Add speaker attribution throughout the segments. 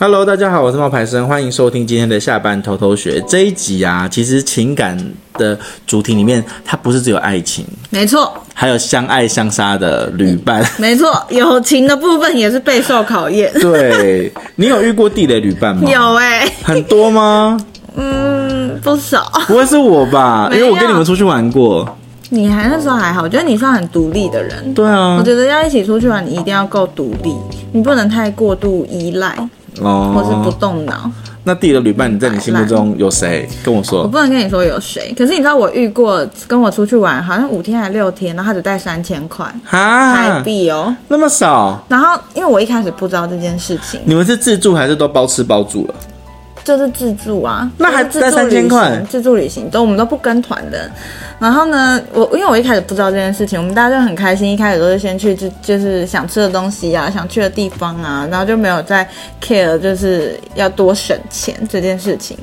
Speaker 1: Hello，大家好，我是冒牌生，欢迎收听今天的下班偷偷学这一集啊。其实情感的主题里面，它不是只有爱情，
Speaker 2: 没错，
Speaker 1: 还有相爱相杀的旅 伴。
Speaker 2: 没错，友情的部分也是备受考验。
Speaker 1: 对你有遇过地雷旅伴吗？
Speaker 2: 有哎、
Speaker 1: 很多吗？
Speaker 2: 嗯，不少。
Speaker 1: 不会是我 吧？因
Speaker 2: 没有
Speaker 1: 为我跟你们出去玩过。
Speaker 2: 你还那时候还好，我觉得你算很独立的人。
Speaker 1: 对啊
Speaker 2: 我，觉得要一起出去玩，你一定要够独立，你不能太过度依赖或是不
Speaker 1: 哦，
Speaker 2: 动脑。
Speaker 1: 那地雷旅伴，你在你心目中有谁？跟我
Speaker 2: 我
Speaker 1: 说。
Speaker 2: 不能跟你说有谁，可是你知道我遇过跟我出去玩，好像五天还六天，然后他只带三千块台
Speaker 1: 哈，
Speaker 2: 币哦。
Speaker 1: 那么少？
Speaker 2: 然后因为我一开始不知道这件事情，
Speaker 1: 你们是自助还是都包吃包住了？
Speaker 2: 就是自助啊，
Speaker 1: 那还
Speaker 2: 就是自助
Speaker 1: 带3000
Speaker 2: 旅行
Speaker 1: 块
Speaker 2: 自助旅行都我们都不跟团的。然后呢，我因为我一开始不知道这件事情，我们大家就很开心，一开始都是先去就就是想吃的东西啊，想去的地方啊，然后就没有再 care 就是要多省钱这件事情。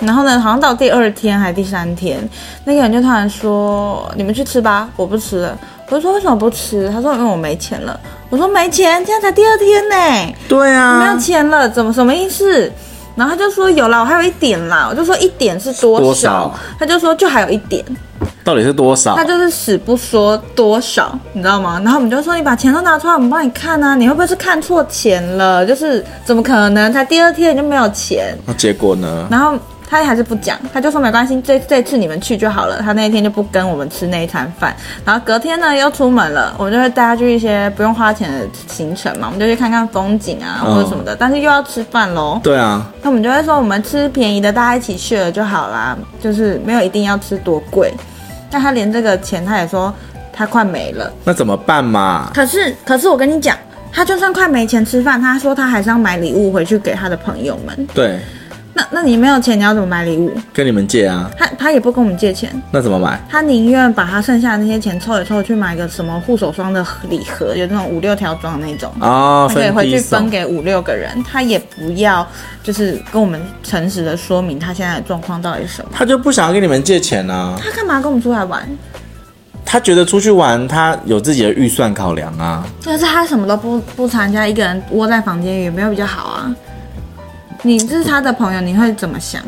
Speaker 2: 然后呢，好像到第二天还第三天，那个人就突然说：“你们去吃吧，我不吃了。”我就说：“为什么不吃？”他说：“因为我没钱了。”我说：“没钱，现在才第二天呢、
Speaker 1: 对
Speaker 2: 没
Speaker 1: 啊
Speaker 2: 有，钱了，怎么什么意思？然后他就说有啦，我还有一点啦，我就说一点是多少？
Speaker 1: 多少哦
Speaker 2: 他就说就还有一点，
Speaker 1: 到底是多少
Speaker 2: 他？就是死不说多少，你知道吗？然后我们就说你把钱都拿出来，我们帮你看啊，你会不会是看错钱了？就是怎么可能才第二天你就没有钱？
Speaker 1: 那结果呢？
Speaker 2: 然后他还是不讲，他就说没关系，这这次你们去就好了。他那一天就不跟我们吃那一餐饭。然后隔天呢又出门了，我们就会带他去一些不用花钱的行程嘛，我们就去看看风景啊
Speaker 1: 嗯
Speaker 2: 或者什么的。但是又要吃饭喽，
Speaker 1: 对啊，
Speaker 2: 那我们就会说我们吃便宜的，大家一起去了就好啦，就是没有一定要吃多贵。但他连这个钱他也说他快没了。
Speaker 1: 那怎么办嘛？
Speaker 2: 可是，可是我跟你讲，他就算快没钱吃饭，他说他还是要买礼物回去给他的朋友们。
Speaker 1: 对，
Speaker 2: 那那你没有钱，你要怎么买礼物？
Speaker 1: 跟你们借啊，
Speaker 2: 他他也不跟我们借钱，
Speaker 1: 那怎么买？
Speaker 2: 他宁愿把他剩下的那些钱凑一凑，去买个什么护手霜的礼盒，有那种五六条装的那种，
Speaker 1: 哦，
Speaker 2: 他可以
Speaker 1: 分
Speaker 2: 回
Speaker 1: 批
Speaker 2: 去分
Speaker 1: 送。
Speaker 2: 给五六个人。他也不要就是跟我们诚实的说明他现在的状况到底是什么。
Speaker 1: 他就不想要跟你们借钱啊，
Speaker 2: 他干嘛跟我们出来玩？
Speaker 1: 他觉得出去玩他有自己的预算考量啊。
Speaker 2: 但是他什么都不不参加，一个人窝在房间里有没有比较好啊？你是他的朋友，你会怎么想？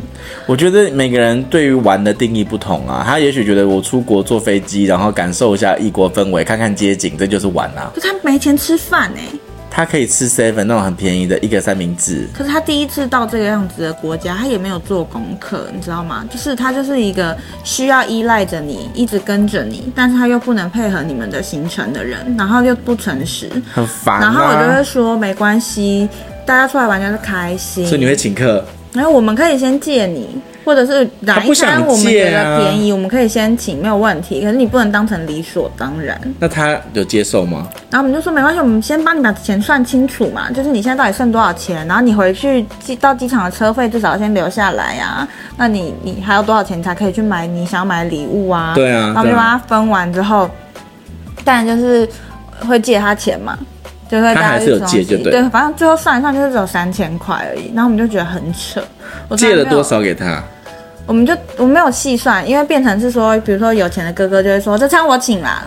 Speaker 1: 我觉得每个人对于玩的定义不同啊，他也许觉得我出国坐飞机，然后感受一下异国氛围，看看街景，这就是玩啊。
Speaker 2: 就他没钱吃饭哎、
Speaker 1: 他可以吃 seven 那种很便宜的一个三明治，
Speaker 2: 可是他第一次到这个样子的国家，他也没有做功课，你知道吗？就是他就是一个需要依赖着你，一直跟着你，但是他又不能配合你们的行程的人，然后又不诚实。
Speaker 1: 很烦
Speaker 2: 然后我就会
Speaker 1: 啊。
Speaker 2: 说没关系，大家出来玩就是开心。
Speaker 1: 所以你会请客，
Speaker 2: 然后我们可以先借你，或者是哪
Speaker 1: 他
Speaker 2: 一
Speaker 1: 不想
Speaker 2: 餐我们觉
Speaker 1: 借啊
Speaker 2: 得便宜，我们可以先请，没有问题。可是你不能当成理所当然。
Speaker 1: 那他有接受吗？
Speaker 2: 然后我们就说没关系，我们先帮你把钱算清楚嘛，就是你现在到底剩多少钱，然后你回去机到机场的车费至少先留下来啊。那你你还有多少钱才可以去买你想要买的礼物啊？
Speaker 1: 对啊
Speaker 2: 然后我
Speaker 1: 对啊
Speaker 2: 们就帮他分完之后，当然就是会借他钱嘛。就会
Speaker 1: 他
Speaker 2: 大家
Speaker 1: 还是
Speaker 2: 一起
Speaker 1: 有
Speaker 2: 东
Speaker 1: 借
Speaker 2: 西
Speaker 1: 就对
Speaker 2: 对反正最后算一算就是只有三千块而已，然后我们就觉得很扯。我从
Speaker 1: 借
Speaker 2: 来
Speaker 1: 了
Speaker 2: 没有
Speaker 1: 多少给他？
Speaker 2: 我们就我没有细算，因为变成是说，比如说有钱的哥哥就会说这餐我请啦，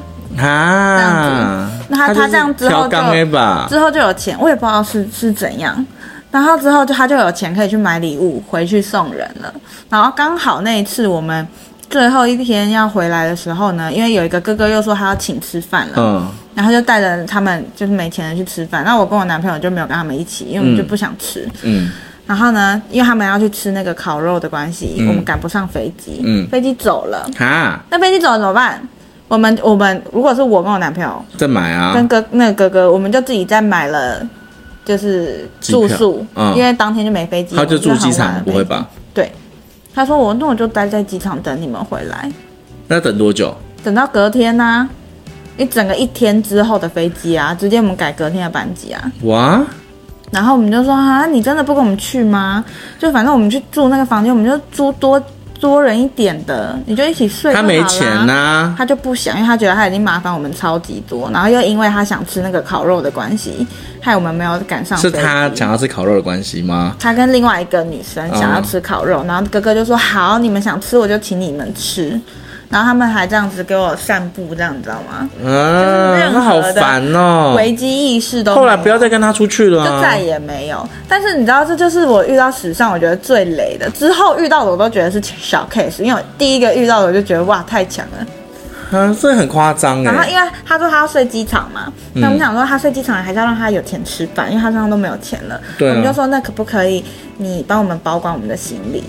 Speaker 1: 啊，
Speaker 2: 那他
Speaker 1: 就是
Speaker 2: 他这样之后
Speaker 1: 调缸
Speaker 2: 就
Speaker 1: A 吧，
Speaker 2: 之后就有钱，我也不知道是是怎样。然后之后就他就有钱可以去买礼物回去送人了。然后刚好那一次我们最后一天要回来的时候呢，因为有一个哥哥又说他要请吃饭了，
Speaker 1: 嗯，
Speaker 2: 然后就带着他们就是没钱的去吃饭。那我跟我男朋友就没有跟他们一起，因为我们就不想吃。
Speaker 1: 嗯，
Speaker 2: 然后呢，因为他们要去吃那个烤肉的关系，
Speaker 1: 嗯
Speaker 2: 我们赶不上飞机，
Speaker 1: 嗯
Speaker 2: 飞机走了。
Speaker 1: 哈，
Speaker 2: 那飞机走了怎么办？我们我们如果是我跟我男朋友
Speaker 1: 再买啊，
Speaker 2: 跟哥、那个哥哥，我们就自己再买了，就是住
Speaker 1: 机
Speaker 2: 宿
Speaker 1: 票，嗯
Speaker 2: 因为当天就没飞机，
Speaker 1: 他就
Speaker 2: 我
Speaker 1: 住
Speaker 2: 们
Speaker 1: 机
Speaker 2: 很晚
Speaker 1: 场，
Speaker 2: 了
Speaker 1: 不会？吧？
Speaker 2: 对，他说我那我就待在机场等你们回来，
Speaker 1: 那等多久？
Speaker 2: 等到隔天呢、啊一整个一天之后的飞机啊，直接我们改隔天的班机啊，
Speaker 1: 哇，
Speaker 2: 然后我们就说啊，你真的不跟我们去吗？就反正我们去住那个房间，我们就租多多人一点的，你就一起睡就
Speaker 1: 他
Speaker 2: 好啦。
Speaker 1: 没钱呐、
Speaker 2: 他就不想，因为他觉得他已经麻烦我们超级多，然后又因为他想吃那个烤肉的关系，害我们没有赶上飞
Speaker 1: 是
Speaker 2: 机。
Speaker 1: 他想要吃烤肉的关系吗？
Speaker 2: 他跟另外一个女生想要吃烤肉，然后哥哥就说好，你们想吃我就请你们吃。然后他们还这样子给我散步，这样你知道吗？
Speaker 1: 嗯、
Speaker 2: 任何的
Speaker 1: 那好烦哦。
Speaker 2: 危机意识都没有
Speaker 1: 后来不要再跟他出去了、
Speaker 2: 就
Speaker 1: 啊，
Speaker 2: 再也没有。但是你知道，这就是我遇到史上我觉得最雷的。之后遇到的我都觉得是小 case，因为我第一个遇到的我就觉得哇太强了。
Speaker 1: 嗯，这很夸张
Speaker 2: 然后
Speaker 1: 哎。
Speaker 2: 因为他说他要睡机场嘛，
Speaker 1: 嗯
Speaker 2: 那我们想说他睡机场还是要让他有钱吃饭，因为他身上都没有钱了。
Speaker 1: 对啊
Speaker 2: 我们就说那可不可以你帮我们保管我们的行李？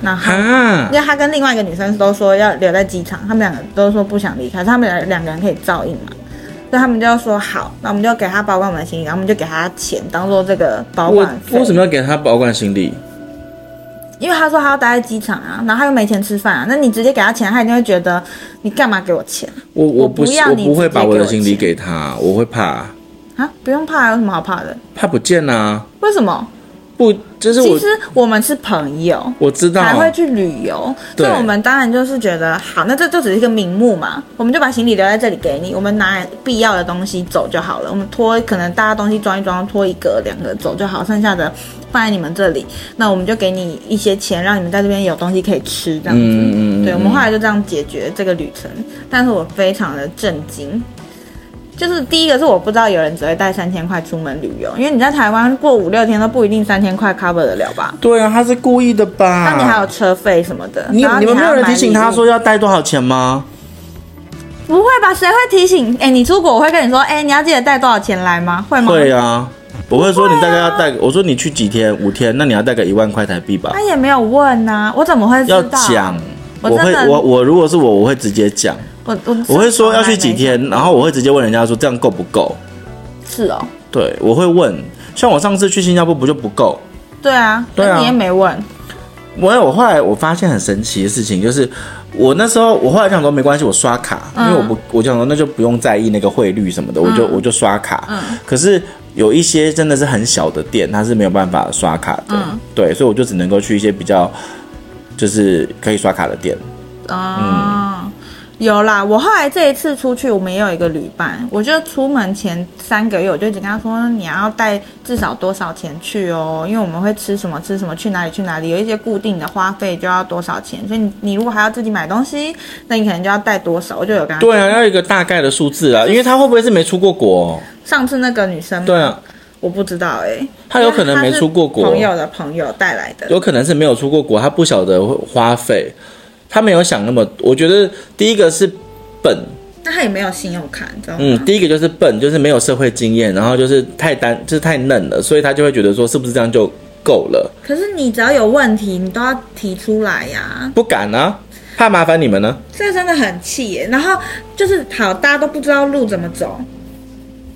Speaker 2: 然后。
Speaker 1: 啊，
Speaker 2: 因为他跟另外一个女生都说要留在机场，他们两个都说不想离开，他们两两个人可以照应嘛，所以他们就说好，那我们就给他保管我们的行李，然后我们就给他钱当做这个保
Speaker 1: 我
Speaker 2: 管费。
Speaker 1: 为什么要给他保管行李？
Speaker 2: 因为他说他要待在机场啊，然后他又没钱吃饭啊，那你直接给他钱，他一定会觉得你干嘛给我钱
Speaker 1: 我
Speaker 2: 我
Speaker 1: 我
Speaker 2: 不
Speaker 1: 不
Speaker 2: 要
Speaker 1: 我
Speaker 2: 你
Speaker 1: 不会
Speaker 2: 直接
Speaker 1: 把
Speaker 2: 给
Speaker 1: 我的
Speaker 2: 我
Speaker 1: 行李
Speaker 2: 钱
Speaker 1: 给他，我会怕
Speaker 2: 啊？不用怕，有什么好怕的？
Speaker 1: 怕不见啊。
Speaker 2: 为什么？
Speaker 1: 不，就是
Speaker 2: 其
Speaker 1: 我
Speaker 2: 实我们是朋友，
Speaker 1: 我知道
Speaker 2: 才会去旅游，所
Speaker 1: 对
Speaker 2: 以我们当然就是觉得好，那这就只是一个名目嘛，我们就把行李留在这里给你，我们拿必要的东西走就好了，我们拖可能大家东西装一装，拖一个两个走就好，剩下的放在你们这里，那我们就给你一些钱，让你们在这边有东西可以吃，这样子。
Speaker 1: 嗯嗯嗯
Speaker 2: 对，
Speaker 1: 嗯
Speaker 2: 我们后来就这样解决这个旅程，但是我非常的震惊。就是第一个是我不知道有人只会带三千块出门旅游，因为你在台湾过五六天都不一定三千块 cover 得了吧？
Speaker 1: 对啊，他是故意的吧？
Speaker 2: 那你还有车费什么的，
Speaker 1: 啊你
Speaker 2: 然后
Speaker 1: 你们没
Speaker 2: 还要
Speaker 1: 有人
Speaker 2: 啊买
Speaker 1: 提醒
Speaker 2: 礼
Speaker 1: 他
Speaker 2: 物
Speaker 1: 说要带多少钱吗？
Speaker 2: 不会吧？谁会提醒？哎、你出国我会跟你说，哎、你要记得带多少钱来吗？会吗？
Speaker 1: 会啊，我会说你大概要带，我说你去几天？五天，那你要带个一万块台币吧
Speaker 2: 他。也没有问呐、哎我怎么会知
Speaker 1: 要
Speaker 2: 道？
Speaker 1: 讲，
Speaker 2: 我
Speaker 1: 我
Speaker 2: 真
Speaker 1: 会
Speaker 2: 的
Speaker 1: 我我如果是我，我会直接讲，
Speaker 2: 我我
Speaker 1: 我会说要去几
Speaker 2: 啊
Speaker 1: 天，然后我会直接问人家说这样够不够？
Speaker 2: 是哦，
Speaker 1: 对，我会问。像我上次去新加坡不就不够？
Speaker 2: 对啊，
Speaker 1: 对啊
Speaker 2: 那你也没问，
Speaker 1: 我我后来我发现很神奇的事情，就是我那时候我后来想说没关系，我刷卡，
Speaker 2: 嗯
Speaker 1: 因为我不我想说那就不用在意那个汇率什么的，我就我就刷卡。
Speaker 2: 嗯
Speaker 1: 可是有一些真的是很小的店，它是没有办法刷卡的，
Speaker 2: 嗯
Speaker 1: 对，所以我就只能够去一些比较就是可以刷卡的店。
Speaker 2: 啊、
Speaker 1: 嗯
Speaker 2: 有啦，我后来这一次出去，我们也有一个旅伴，我就出门前三个月，我就一直跟他说，你要带至少多少钱去哦，因为我们会吃什么吃什么，去哪里去哪里，有一些固定的花费就要多少钱，所以你你如果还要自己买东西，那你可能就要带多少，我就有跟他
Speaker 1: 对啊，要一个大概的数字啊，因为他会不会是没出过国？
Speaker 2: 上次那个女生，
Speaker 1: 对，啊，
Speaker 2: 我不知道哎、欸，
Speaker 1: 她有可能没出过国
Speaker 2: 因啊为她是朋友的朋友带来的，
Speaker 1: 有可能是没有出过国，他不晓得花费，他没有想那么。我觉得第一个是本。
Speaker 2: 那她也没有信用卡，你知道吗？
Speaker 1: 嗯，第一个就是笨，就是没有社会经验，然后就是太单，就是太嫩了，所以他就会觉得说是不是这样就够了？
Speaker 2: 可是你只要有问题，你都要提出来呀、
Speaker 1: 不敢啊，怕麻烦你们呢。
Speaker 2: 这真的很气耶。然后就是好，大家都不知道路怎么走，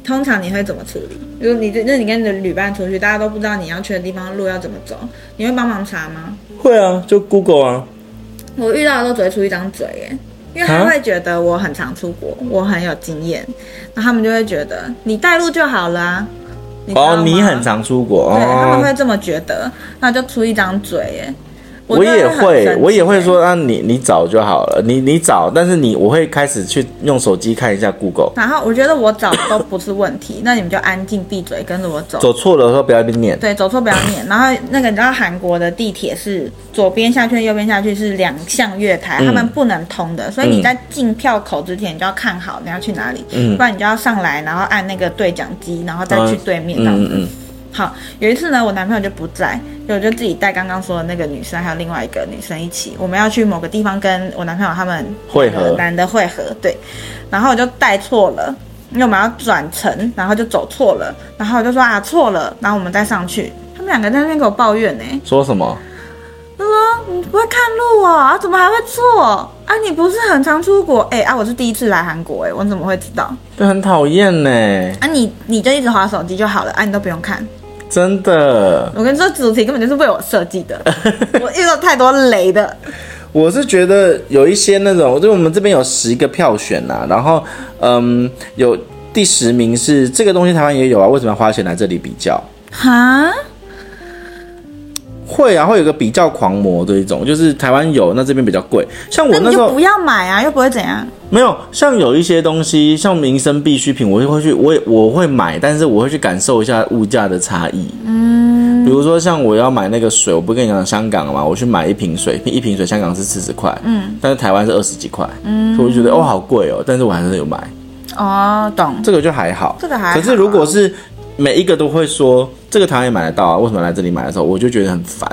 Speaker 2: 通常你会怎么处理？如果你那你跟你的旅伴出去，大家都不知道你要去的地方路要怎么走，你会帮忙查吗？
Speaker 1: 会啊，就 Google 啊，
Speaker 2: 我遇到的都只会出一张嘴耶，因为他
Speaker 1: 啊
Speaker 2: 会觉得我很常出国，我很有经验，那他们就会觉得你带路就好了啊。你知道
Speaker 1: 哦，
Speaker 2: 吗
Speaker 1: 你很常出国
Speaker 2: 对，他们
Speaker 1: 哦
Speaker 2: 会。这么觉得，那就出一张嘴耶。
Speaker 1: 我
Speaker 2: 真的
Speaker 1: 也
Speaker 2: 很生
Speaker 1: 会，
Speaker 2: 气
Speaker 1: 我也会说啊，你你找就好了，你你找，但是你我会开始去用手机看一下 Google，
Speaker 2: 然后我觉得我找都不是问题，那你们就安静闭嘴，跟着我走。
Speaker 1: 走错了的时候不要被念。
Speaker 2: 对，走错不要念。然后那个你知道韩国的地铁是左边下去，右边下去是两项月台，
Speaker 1: 嗯
Speaker 2: 他们不能通的，所以你在进票口之前，你就要看好你要去哪里，
Speaker 1: 嗯
Speaker 2: 不然你就要上来，然后按那个对讲机，然后再去对面这样
Speaker 1: 嗯
Speaker 2: 子。
Speaker 1: 嗯嗯，
Speaker 2: 好，有一次呢，我男朋友就不在，所以我就自己带刚刚说的那个女生，还有另外一个女生一起，我们要去某个地方跟我男朋友他们呃
Speaker 1: 会合
Speaker 2: 男的会合，对。然后我就带错了，因为我们要转乘，然后就走错了，然后我就说啊错了，然后我们再上去。他们两个在那边给我抱怨呢、
Speaker 1: 说什么？
Speaker 2: 他说啊你不会看路哦，啊怎么还会错啊？你不是很常出国哎、啊我是第一次来韩国哎、我怎么会知道
Speaker 1: 就很讨厌呢，
Speaker 2: 啊你你就一直划手机就好了啊你都不用看。
Speaker 1: 真的。
Speaker 2: 我跟你说，主题根本就是为我设计 的。我遇到太多雷的，
Speaker 1: 我是觉得有一些那种，就我们这边有十个票选呐、然后嗯，有第十名是这个东西，台湾也有啊，为什么要花钱来这里比较？
Speaker 2: 哈，
Speaker 1: 会啊，会有个比较狂魔的一种，就是台湾有，那这边比较贵。像
Speaker 2: 那
Speaker 1: 我
Speaker 2: 你
Speaker 1: 那时
Speaker 2: 就
Speaker 1: 候
Speaker 2: 不要买啊，又不会怎样。
Speaker 1: 没有，像有一些东西，像民生必需品，我就会去，我也我会买，但是我会去感受一下物价的差异。嗯，比如说像我要买那个水，我不跟你讲香港嘛，我去买一瓶水，一瓶水香港是四十块，嗯，但是台湾是二十几块，嗯，所以我就觉得哦好贵哦，但是我还是有买，
Speaker 2: 哦，懂，
Speaker 1: 这个就还好，
Speaker 2: 这个还好
Speaker 1: 可是如果是每一个都会说这个台湾也买得到啊，为什么来这里买的时候，我就觉得很烦。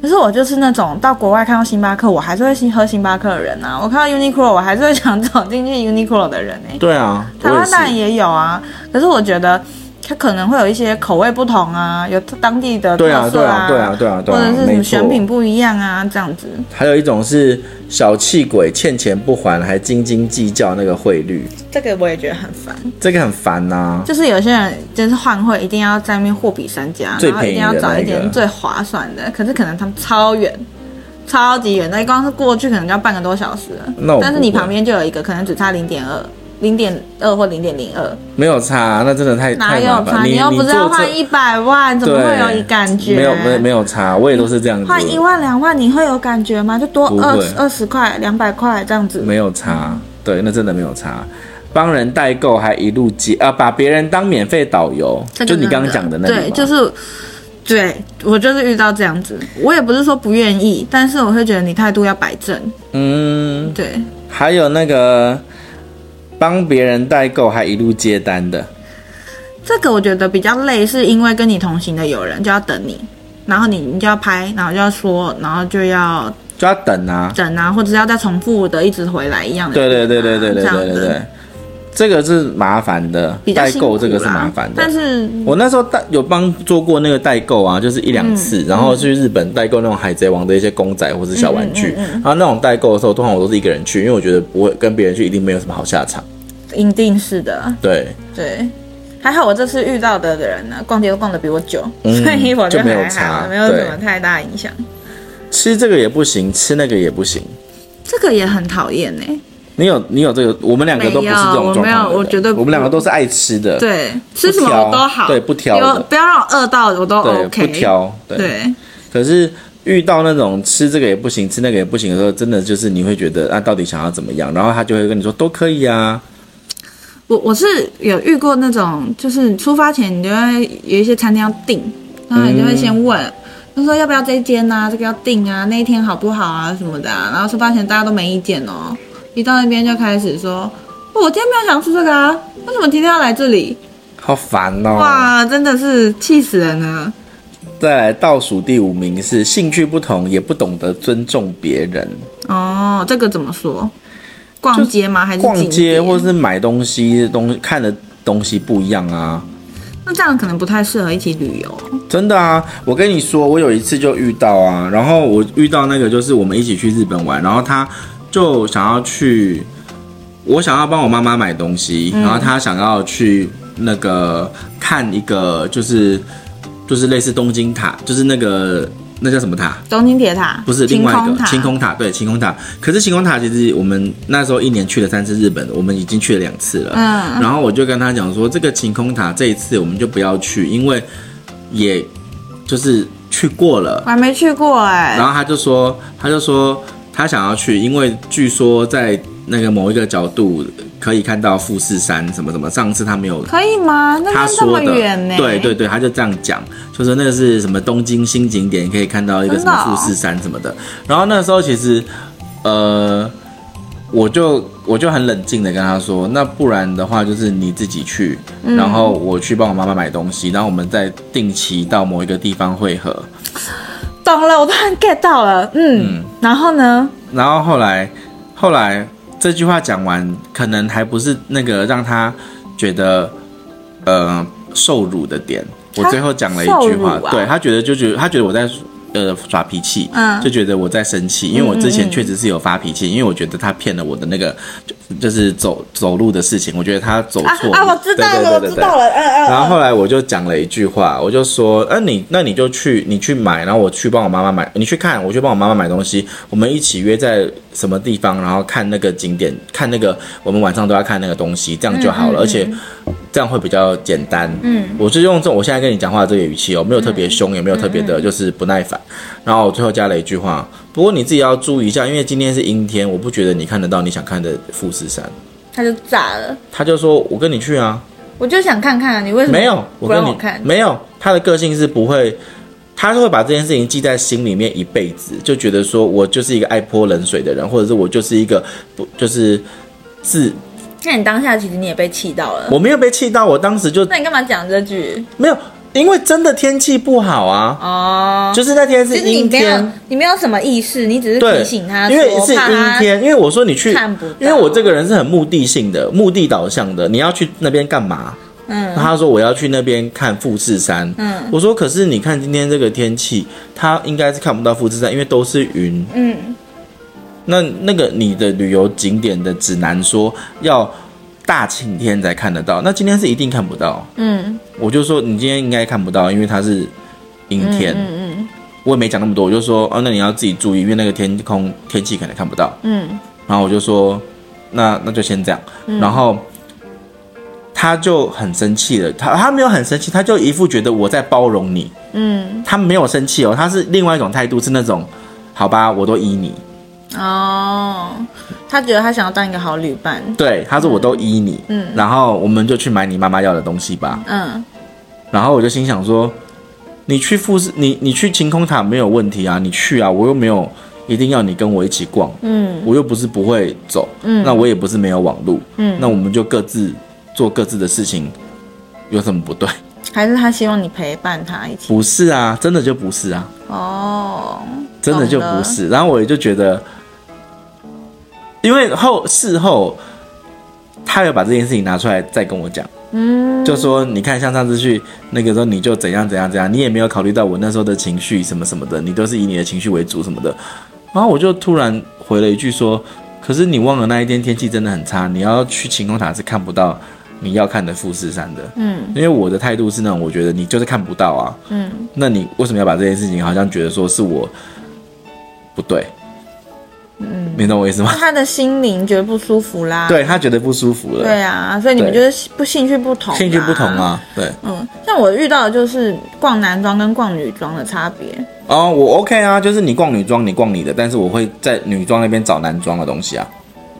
Speaker 2: 可是我就是那种到国外看到星巴克，我还是会去喝星巴克的人啊。我看到 Uniqlo，我还是会想走进去 Uniqlo 的人哎、
Speaker 1: 对啊，我
Speaker 2: 台
Speaker 1: 也
Speaker 2: 湾
Speaker 1: 是
Speaker 2: 当然也有啊，可是我觉得它可能会有一些口味不同啊，有当地的特
Speaker 1: 对啊，对
Speaker 2: 色
Speaker 1: 啊，对啊，对啊，对
Speaker 2: 或
Speaker 1: 啊，
Speaker 2: 者是什
Speaker 1: 没错
Speaker 2: 么选品不一样啊，这样子。
Speaker 1: 还有一种是小气鬼，欠钱不还，还斤斤计较那个汇率，
Speaker 2: 这个我也觉得很烦，
Speaker 1: 这个很烦呐、
Speaker 2: 就是有些人就是换汇一定要在那边货比三家，
Speaker 1: 最
Speaker 2: 然后一
Speaker 1: 便宜
Speaker 2: 定要
Speaker 1: 的
Speaker 2: 找
Speaker 1: 那
Speaker 2: 一点
Speaker 1: 个
Speaker 2: 最划算的，可是可能他们超远。超级远，那光是过去可能就要半个多小时了。
Speaker 1: 那我
Speaker 2: 但是
Speaker 1: 不
Speaker 2: 你
Speaker 1: 会
Speaker 2: 旁边就有一个，可能只差零点二、零点二或零点零二，
Speaker 1: 没有差，那真的太
Speaker 2: 哪
Speaker 1: 太麻
Speaker 2: 有差？
Speaker 1: 烦。你
Speaker 2: 你又不
Speaker 1: 坐
Speaker 2: 是
Speaker 1: 这
Speaker 2: 要换一百万，怎么会有一感觉？
Speaker 1: 没有没有没有差，我也都是这样子，
Speaker 2: 换一万两万你会有感觉吗？就多
Speaker 1: 不会
Speaker 2: 二二十块、两百块这样子。
Speaker 1: 没有差，对，那真的没有差。帮人代购还一路接啊，把别人当免费导游，
Speaker 2: 这个
Speaker 1: 就你
Speaker 2: 真
Speaker 1: 刚刚讲的那里
Speaker 2: 对，
Speaker 1: 嘛
Speaker 2: 就是对我就是遇到这样子，我也不是说不愿意，但是我会觉得你态度要摆正。
Speaker 1: 嗯，
Speaker 2: 对，
Speaker 1: 还有那个帮别人代购还一路接单的，
Speaker 2: 这个我觉得比较累，是因为跟你同行的有人就要等你。然后你你就要拍，然后就要说，然后就要
Speaker 1: 就要等啊，
Speaker 2: 等啊，或者是要再重复的一直回来一样的、啊
Speaker 1: 对对对对对对
Speaker 2: 这样
Speaker 1: 对对
Speaker 2: 子
Speaker 1: 对，这个是麻烦的
Speaker 2: 比，较
Speaker 1: 代
Speaker 2: 辛苦
Speaker 1: 购这个是
Speaker 2: 啦
Speaker 1: 麻烦的
Speaker 2: 但。是
Speaker 1: 我那时候代有帮做过那个代购啊，就是一两
Speaker 2: 嗯
Speaker 1: 次，然后去日本代购那种海贼王的一些公仔或是小玩具，
Speaker 2: 嗯
Speaker 1: 然后那种代购的时候，通常我都是一个人去，因为我觉得我跟别人去一定没有什么好下场。
Speaker 2: 一定是的，
Speaker 1: 对，
Speaker 2: 对。还好我这次遇到的人呢、逛街都逛的比我久，
Speaker 1: 嗯
Speaker 2: 所以我
Speaker 1: 就没有
Speaker 2: 还好，
Speaker 1: 差
Speaker 2: 没有什
Speaker 1: 对
Speaker 2: 么太大影响。
Speaker 1: 吃这个也不行，吃那个也不行。
Speaker 2: 这个也很讨厌欸呢、
Speaker 1: 你有你有这个，我们两个都不是这种状况的
Speaker 2: 没有
Speaker 1: 人
Speaker 2: 我没有我绝对不
Speaker 1: 我们两个都是爱吃的，
Speaker 2: 对，吃什么我都好，
Speaker 1: 对呃不挑的
Speaker 2: 有不要让我饿到我都
Speaker 1: 对
Speaker 2: 哦 OK，
Speaker 1: 不挑，对。
Speaker 2: 对
Speaker 1: 可是遇到那种吃这个也不行，吃那个也不行的时候，真的就是你会觉得啊，到底想要怎么样？然后他就会跟你说都可以啊，
Speaker 2: 我我是有遇过那种，就是出发前你就会有一些餐厅要订，然后你就会先问。
Speaker 1: 嗯
Speaker 2: 他说要不要这一间呐、这个要订啊，那一天好不好啊什么的、啊。然后出发前大家都没意见哦，一到那边就开始说，哦我今天没有想吃这个啊，为什么今天要来这里？
Speaker 1: 好烦哦。
Speaker 2: 哇，真的是气死人了。
Speaker 1: 再来倒数第五名是兴趣不同，也不懂得尊重别人。
Speaker 2: 哦，这个怎么说？逛街吗？还是
Speaker 1: 逛
Speaker 2: 景
Speaker 1: 街
Speaker 2: 点
Speaker 1: 或是买东西，东西看的东西不一样啊，
Speaker 2: 那这样可能不太适合一起旅游。
Speaker 1: 真的啊！我跟你说，我有一次就遇到啊，然后我遇到那个就是我们一起去日本玩，然后他就想要去，我想要帮我妈妈买东西，然后他想要去那个看一个就是就是类似东京塔，就是那个那叫什么塔？
Speaker 2: 东京铁塔
Speaker 1: 不是
Speaker 2: 晴
Speaker 1: 另外一
Speaker 2: 空
Speaker 1: 个
Speaker 2: 塔，
Speaker 1: 晴空塔，对晴空塔。可是晴空塔其实我们那时候一年去了三次日本，我们已经去了两次了。
Speaker 2: 嗯
Speaker 1: 然后我就跟他讲说，这个晴空塔这一次我们就不要去，因为也就是去过了。
Speaker 2: 我还没去过哎、
Speaker 1: 然后他就说，他就说他想要去，因为据说在那个某一个角度可以看到富士山什么什么。上次他没有
Speaker 2: 可以吗？那
Speaker 1: 他
Speaker 2: 边啊这
Speaker 1: 说
Speaker 2: 么
Speaker 1: 的，
Speaker 2: 远呢、
Speaker 1: 对对对，他就这样讲，就说那个是什么东京新景点，可以看到一个什
Speaker 2: 真的
Speaker 1: 么
Speaker 2: 哦
Speaker 1: 富士山什么的。然后那时候其实，呃，我就我就很冷静的跟他说，那不然的话就是你自己去，
Speaker 2: 嗯
Speaker 1: 然后我去帮我妈妈买东西，然后我们再定期到某一个地方汇合。
Speaker 2: 懂了，我突然 get 到了，嗯。然后呢？
Speaker 1: 然后后来后来这句话讲完，可能还不是那个让他觉得呃受辱的点。我最后讲了一句话，
Speaker 2: 受辱啊
Speaker 1: 对他觉得就觉得他觉得我在呃耍脾气，
Speaker 2: 嗯
Speaker 1: 就觉得我在生气，因为我之前确实是有发脾气，因为我觉得他骗了我的那个就就是走走路的事情，我觉得他走
Speaker 2: 啊
Speaker 1: 错
Speaker 2: 啊，我知道
Speaker 1: 对对
Speaker 2: 了，我
Speaker 1: 对对
Speaker 2: 知
Speaker 1: 对
Speaker 2: 道了，嗯 嗯。
Speaker 1: 然后后来我就讲了一句话，我就说，那、你那你就去你去买，然后我去帮我妈妈买，你去看，我去帮我妈妈买东西，我们一起约在什么地方，然后看那个景点，看那个我们晚上都要看那个东西，这样就好了，而且这样会比较简单。嗯，我是用这种我现在跟你讲话的这个语气哦，没有特别凶，也没有特别的就是不耐烦，然后我最后加了一句话，不过你自己要注意一下，因为今天是阴天，我不觉得你看得到你想看的富士山。
Speaker 2: 他就炸了，
Speaker 1: 他就说：“我跟你去啊。”
Speaker 2: 我就想看看 你为什么
Speaker 1: 没有，我
Speaker 2: 不
Speaker 1: 跟
Speaker 2: 让
Speaker 1: 你
Speaker 2: 我看，
Speaker 1: 没有，他的个性是不会，他是会把这件事情记在心里面一辈子，就觉得说我就是一个爱泼冷水的人，或者是我就是一个不就是自
Speaker 2: 那你当下其实你也被气到了，
Speaker 1: 我没有被气到，我当时就
Speaker 2: 那你干嘛讲这句？
Speaker 1: 没有，因为真的天气不好啊，
Speaker 2: 哦，
Speaker 1: 就是那天是
Speaker 2: 就是你
Speaker 1: 阴
Speaker 2: 没有
Speaker 1: 天。
Speaker 2: 你没有什么意识，你只是
Speaker 1: 对
Speaker 2: 提醒他，
Speaker 1: 因为
Speaker 2: 说
Speaker 1: 是
Speaker 2: 怕
Speaker 1: 阴
Speaker 2: 他
Speaker 1: 天，因为我说你去
Speaker 2: 看不到，
Speaker 1: 因为我这个人是很目的性的、目的导向的，你要去那边干嘛？
Speaker 2: 嗯
Speaker 1: 他说我要去那边看富士山，
Speaker 2: 嗯
Speaker 1: 我说可是你看今天这个天气，他应该是看不到富士山，因为都是云。
Speaker 2: 嗯
Speaker 1: 那那个你的旅游景点的指南说要大晴天才看得到，那今天是一定看不到。
Speaker 2: 嗯
Speaker 1: 我就说你今天应该看不到，因为它是阴天。
Speaker 2: 嗯
Speaker 1: 我也没讲那么多，我就说哦，那你要自己注意，因为那个天空天气可能看不到。
Speaker 2: 嗯
Speaker 1: 然后我就说，那那就先这样。然后他就很生气了，他他没有很生气，他就一副觉得我在包容你，
Speaker 2: 嗯
Speaker 1: 他没有生气哦，他是另外一种态度，是那种好吧，我都依你。
Speaker 2: 嗯哦，他觉得他想要当一个好旅伴，
Speaker 1: 对，他说我都依你，
Speaker 2: 嗯
Speaker 1: 然后我们就去买你妈妈要的东西吧。
Speaker 2: 嗯
Speaker 1: 然后我就心想说，你去富士，你你去晴空塔没有问题啊，你去啊，我又没有一定要你跟我一起逛，
Speaker 2: 嗯
Speaker 1: 我又不是不会走，
Speaker 2: 嗯
Speaker 1: 那我也不是没有网路，
Speaker 2: 嗯，
Speaker 1: 那我们就各自做各自的事情，有什么不对？
Speaker 2: 还是他希望你陪伴他一起
Speaker 1: 不是啊，真的就不是啊，
Speaker 2: 哦，
Speaker 1: 真的就不是。然后我也就觉得，因为后事后，他有把这件事情拿出来再跟我讲，
Speaker 2: 嗯
Speaker 1: 就说你看，像上次去那个时候，你就怎样怎样怎样，你也没有考虑到我那时候的情绪什么什么的，你都是以你的情绪为主什么的。然后我就突然回了一句说：“可是你忘了那一天天气真的很差，你要去晴空塔是看不到你要看的富士山的。”
Speaker 2: 嗯
Speaker 1: 因为我的态度是那种，我觉得你就是看不到啊，
Speaker 2: 嗯
Speaker 1: 那你为什么要把这件事情好像觉得说是我不对？嗯，你懂我意思吗？
Speaker 2: 他的心灵觉得不舒服啦，
Speaker 1: 对他觉得不舒服了，
Speaker 2: 啊对啊，所以你们就是不兴趣不同，
Speaker 1: 兴趣不同。啊，对，
Speaker 2: 嗯，像我遇到的就是逛男装跟逛女装的差别。
Speaker 1: 哦，我 OK 啊，就是你逛女装，你逛你的，但是我会在女装那边找男装的东西啊，